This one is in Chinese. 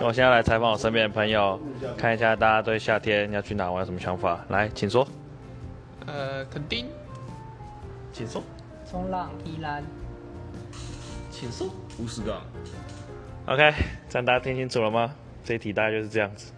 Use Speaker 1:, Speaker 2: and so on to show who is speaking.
Speaker 1: 我现在来采访我身边的朋友，看一下大家对夏天要去哪玩有什么想法。来，请说，
Speaker 2: 呃，垦丁、
Speaker 1: 请说，
Speaker 3: 冲浪、依兰，
Speaker 1: 请说。
Speaker 4: 乌石港，
Speaker 1: OK，这样大家听清楚了吗？这一题大概就是这样子。